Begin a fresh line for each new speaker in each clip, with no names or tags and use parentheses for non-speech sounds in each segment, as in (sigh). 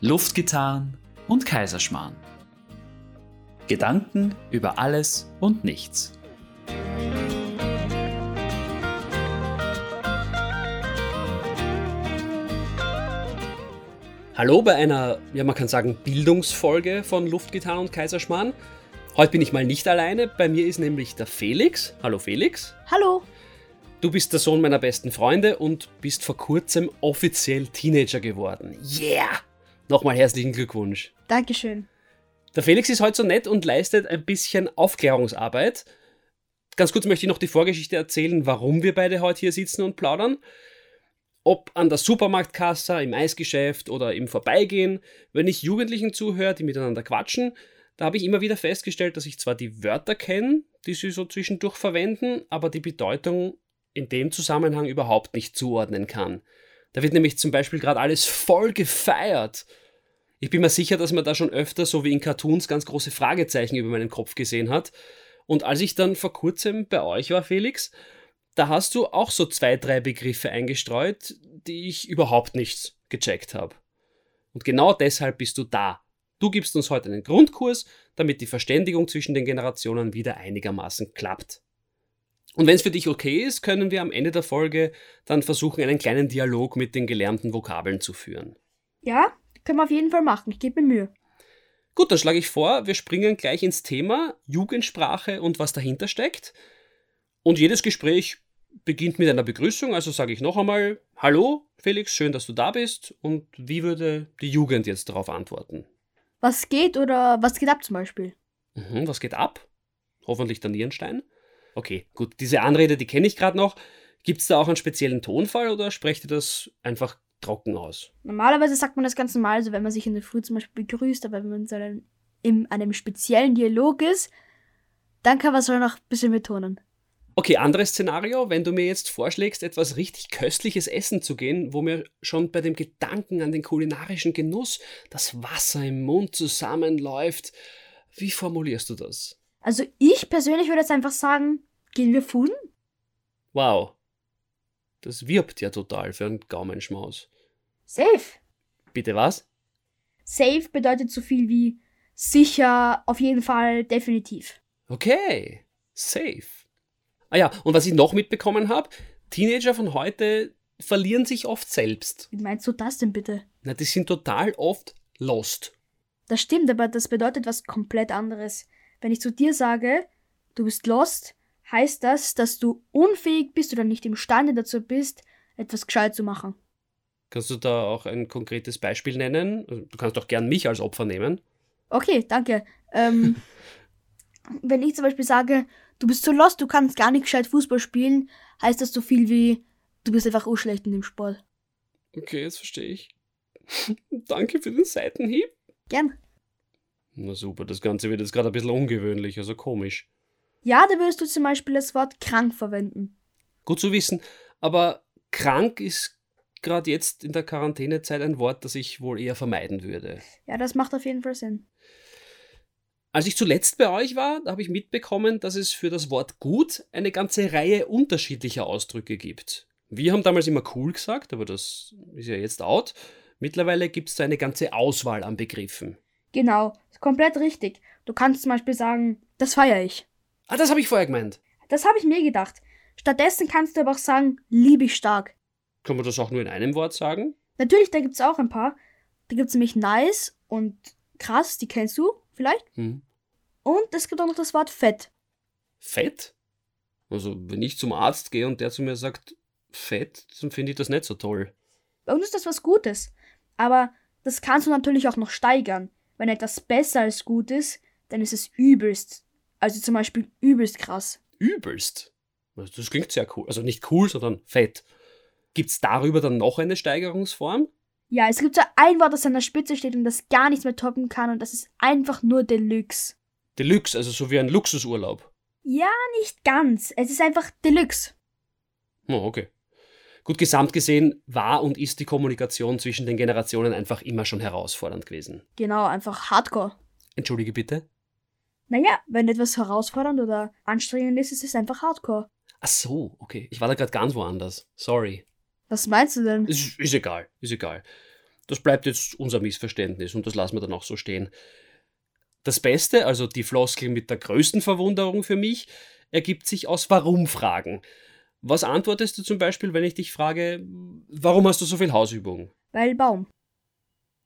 Luftgitarren und Kaiserschmarrn. Gedanken über alles und nichts.
Hallo bei einer, ja man kann sagen, Bildungsfolge von Luftgitarren und Kaiserschmarrn. Heute bin ich mal nicht alleine, bei mir ist nämlich der Felix. Hallo Felix.
Hallo.
Du bist der Sohn meiner besten Freunde und bist vor kurzem offiziell Teenager geworden. Yeah! Nochmal herzlichen Glückwunsch.
Dankeschön.
Der Felix ist heute so nett und leistet ein bisschen Aufklärungsarbeit. Ganz kurz möchte ich noch die Vorgeschichte erzählen, warum wir beide heute hier sitzen und plaudern. Ob an der Supermarktkasse, im Eisgeschäft oder im Vorbeigehen, wenn ich Jugendlichen zuhöre, die miteinander quatschen, da habe ich immer wieder festgestellt, dass ich zwar die Wörter kenne, die sie so zwischendurch verwenden, aber die Bedeutung in dem Zusammenhang überhaupt nicht zuordnen kann. Da wird nämlich zum Beispiel gerade alles voll gefeiert. Ich bin mir sicher, dass man da schon öfter, so wie in Cartoons, ganz große Fragezeichen über meinen Kopf gesehen hat. Und als ich dann vor kurzem bei euch war, Felix, da hast du auch so zwei, drei Begriffe eingestreut, die ich überhaupt nicht gecheckt habe. Und genau deshalb bist du da. Du gibst uns heute einen Grundkurs, damit die Verständigung zwischen den Generationen wieder einigermaßen klappt. Und wenn es für dich okay ist, können wir am Ende der Folge dann versuchen, einen kleinen Dialog mit den gelernten Vokabeln zu führen.
Ja, können wir auf jeden Fall machen. Ich gebe mir Mühe.
Gut, dann schlage ich vor, wir springen gleich ins Thema Jugendsprache und was dahinter steckt. Und jedes Gespräch beginnt mit einer Begrüßung, also sage ich noch einmal, hallo Felix, schön, dass du da bist. Und wie würde die Jugend jetzt darauf antworten?
Was geht oder was geht ab zum Beispiel?
Mhm, was geht ab? Hoffentlich der Nierenstein. Okay, gut, diese Anrede, die kenne ich gerade noch. Gibt es da auch einen speziellen Tonfall oder sprecht ihr das einfach trocken aus?
Normalerweise sagt man das ganz normal, so wenn man sich in der Früh zum Beispiel begrüßt, aber wenn man so einen, in einem speziellen Dialog ist, dann kann man es auch noch ein bisschen betonen.
Okay, anderes Szenario, wenn du mir jetzt vorschlägst, etwas richtig köstliches essen zu gehen, wo mir schon bei dem Gedanken an den kulinarischen Genuss das Wasser im Mund zusammenläuft, wie formulierst du das?
Also ich persönlich würde jetzt einfach sagen, gehen wir fuden?
Wow, das wirbt ja total für einen Gaumenschmaus.
Safe.
Bitte was?
Safe bedeutet so viel wie sicher, auf jeden Fall, definitiv.
Okay, safe. Ah ja, und was ich noch mitbekommen habe, Teenager von heute verlieren sich oft selbst.
Wie meinst du das denn bitte?
Na, die sind total oft lost.
Das stimmt, aber das bedeutet was komplett anderes. Wenn ich zu dir sage, du bist lost, heißt das, dass du unfähig bist oder nicht imstande dazu bist, etwas gescheit zu machen.
Kannst du da auch ein konkretes Beispiel nennen? Also, Du kannst doch gern mich als Opfer nehmen.
Okay, danke. Ähm, wenn ich zum Beispiel sage, du bist so lost, du kannst gar nicht gescheit Fußball spielen, heißt das so viel wie, du bist einfach urschlecht in dem Sport.
Okay, jetzt verstehe ich. (laughs) Danke für den Seitenhieb.
Gern.
Na super, das Ganze wird jetzt gerade ein bisschen ungewöhnlich, also komisch.
Ja, da würdest du zum Beispiel das Wort krank verwenden.
Gut zu wissen, aber krank ist gerade jetzt in der Quarantänezeit ein Wort, das ich wohl eher vermeiden würde.
Ja, das macht auf jeden Fall Sinn.
Als ich zuletzt bei euch war, da habe ich mitbekommen, dass es für das Wort gut eine ganze Reihe unterschiedlicher Ausdrücke gibt. Wir haben damals immer cool gesagt, aber das ist ja jetzt out. Mittlerweile gibt es da eine ganze Auswahl an Begriffen.
Genau, ist komplett richtig. Du kannst zum Beispiel sagen, das feiere ich.
Ah, das habe ich vorher gemeint.
Das habe ich mir gedacht. Stattdessen kannst du aber auch sagen, liebe ich stark.
Kann man das auch nur in einem Wort sagen?
Natürlich, da gibt's auch ein paar. Da gibt's nämlich nice und krass, die kennst du vielleicht.
Hm.
Und es gibt auch noch das Wort fett.
Fett? Also, wenn ich zum Arzt gehe und der zu mir sagt, fett, dann finde ich das nicht so toll.
Bei uns ist das was Gutes. Aber das kannst du natürlich auch noch steigern. Wenn etwas besser als gut ist, dann ist es übelst. Also zum Beispiel übelst krass.
übelst. Also Das klingt sehr cool. Also nicht cool, sondern fett. Gibt es darüber dann noch eine Steigerungsform?
Ja, es gibt so ein Wort, das an der Spitze steht und das gar nichts mehr toppen kann und das ist einfach nur Deluxe.
Deluxe, also so wie ein Luxusurlaub.
Ja, nicht ganz. Es ist einfach Deluxe.
Oh, okay. Gut, gesamt gesehen war und ist die Kommunikation zwischen den Generationen einfach immer schon herausfordernd gewesen.
Genau, einfach Hardcore.
Entschuldige bitte.
Naja, wenn etwas herausfordernd oder anstrengend ist, ist es einfach Hardcore.
Ach so, okay. Ich war da gerade ganz woanders. Sorry.
Was meinst du denn?
Ist, ist egal, ist egal. Das bleibt jetzt unser Missverständnis und das lassen wir dann auch so stehen. Das Beste, also die Floskel mit der größten Verwunderung für mich, ergibt sich aus Warum-Fragen. Was antwortest du zum Beispiel, wenn ich dich frage, warum hast du so viel Hausübung?
Weil Baum.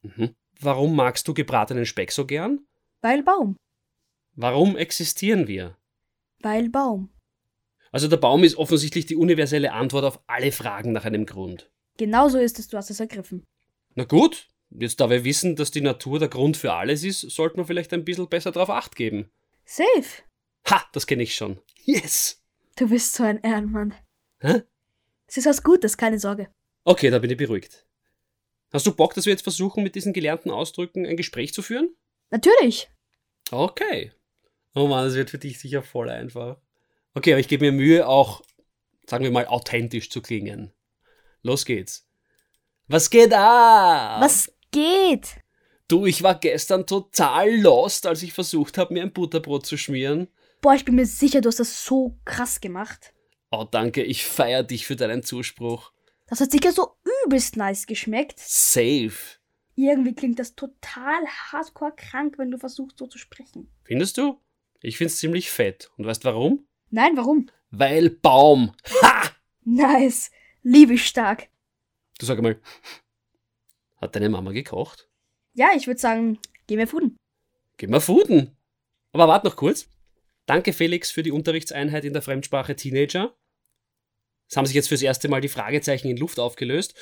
Mhm. Warum magst du gebratenen Speck so gern?
Weil Baum.
Warum existieren wir?
Weil Baum.
Also der Baum ist offensichtlich die universelle Antwort auf alle Fragen nach einem Grund.
Genau so ist es, du hast es ergriffen.
Na gut, jetzt da wir wissen, dass die Natur der Grund für alles ist, sollten wir vielleicht ein bisschen besser darauf acht geben.
Safe.
Ha, das kenne ich schon. Yes!
Du bist so ein Ehrenmann.
Hä?
Es ist was Gutes, keine Sorge.
Okay, da bin ich beruhigt. Hast du Bock, dass wir jetzt versuchen, mit diesen gelernten Ausdrücken ein Gespräch zu führen?
Natürlich.
Okay. Oh Mann, das wird für dich sicher voll einfach. Okay, aber ich gebe mir Mühe, auch, sagen wir mal, authentisch zu klingen. Los geht's. Was geht ab?
Was geht?
Du, ich war gestern total lost, als ich versucht habe, mir ein Butterbrot zu schmieren.
Boah, ich bin mir sicher, du hast das so krass gemacht.
Oh, danke, ich feier dich für deinen Zuspruch.
Das hat sicher so übelst nice geschmeckt.
Safe.
Irgendwie klingt das total hardcore krank, wenn du versuchst, so zu sprechen.
Findest du? Ich find's ziemlich fett. Und weißt warum?
Nein, warum?
Weil Baum. Ha!
Nice. Liebe ich stark.
Du sag mal, hat deine Mama gekocht?
Ja, ich würde sagen, gehen wir fuden.
Gib mal Fuden. Aber warte noch kurz. Danke, Felix, für die Unterrichtseinheit in der Fremdsprache Teenager. Es haben sich jetzt fürs erste Mal die Fragezeichen in Luft aufgelöst.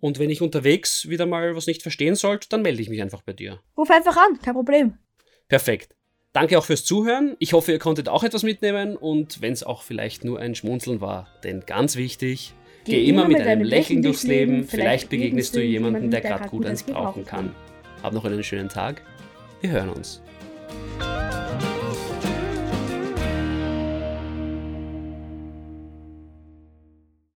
Und wenn ich unterwegs wieder mal was nicht verstehen sollte, dann melde ich mich einfach bei dir.
Ruf einfach an, kein Problem.
Perfekt. Danke auch fürs Zuhören. Ich hoffe, ihr konntet auch etwas mitnehmen und wenn es auch vielleicht nur ein Schmunzeln war. Denn ganz wichtig, geh, immer mit einem Lächeln durchs Leben. Vielleicht begegnest du jemandem, der gerade gut eins brauchen kann. Hab noch einen schönen Tag. Wir hören uns.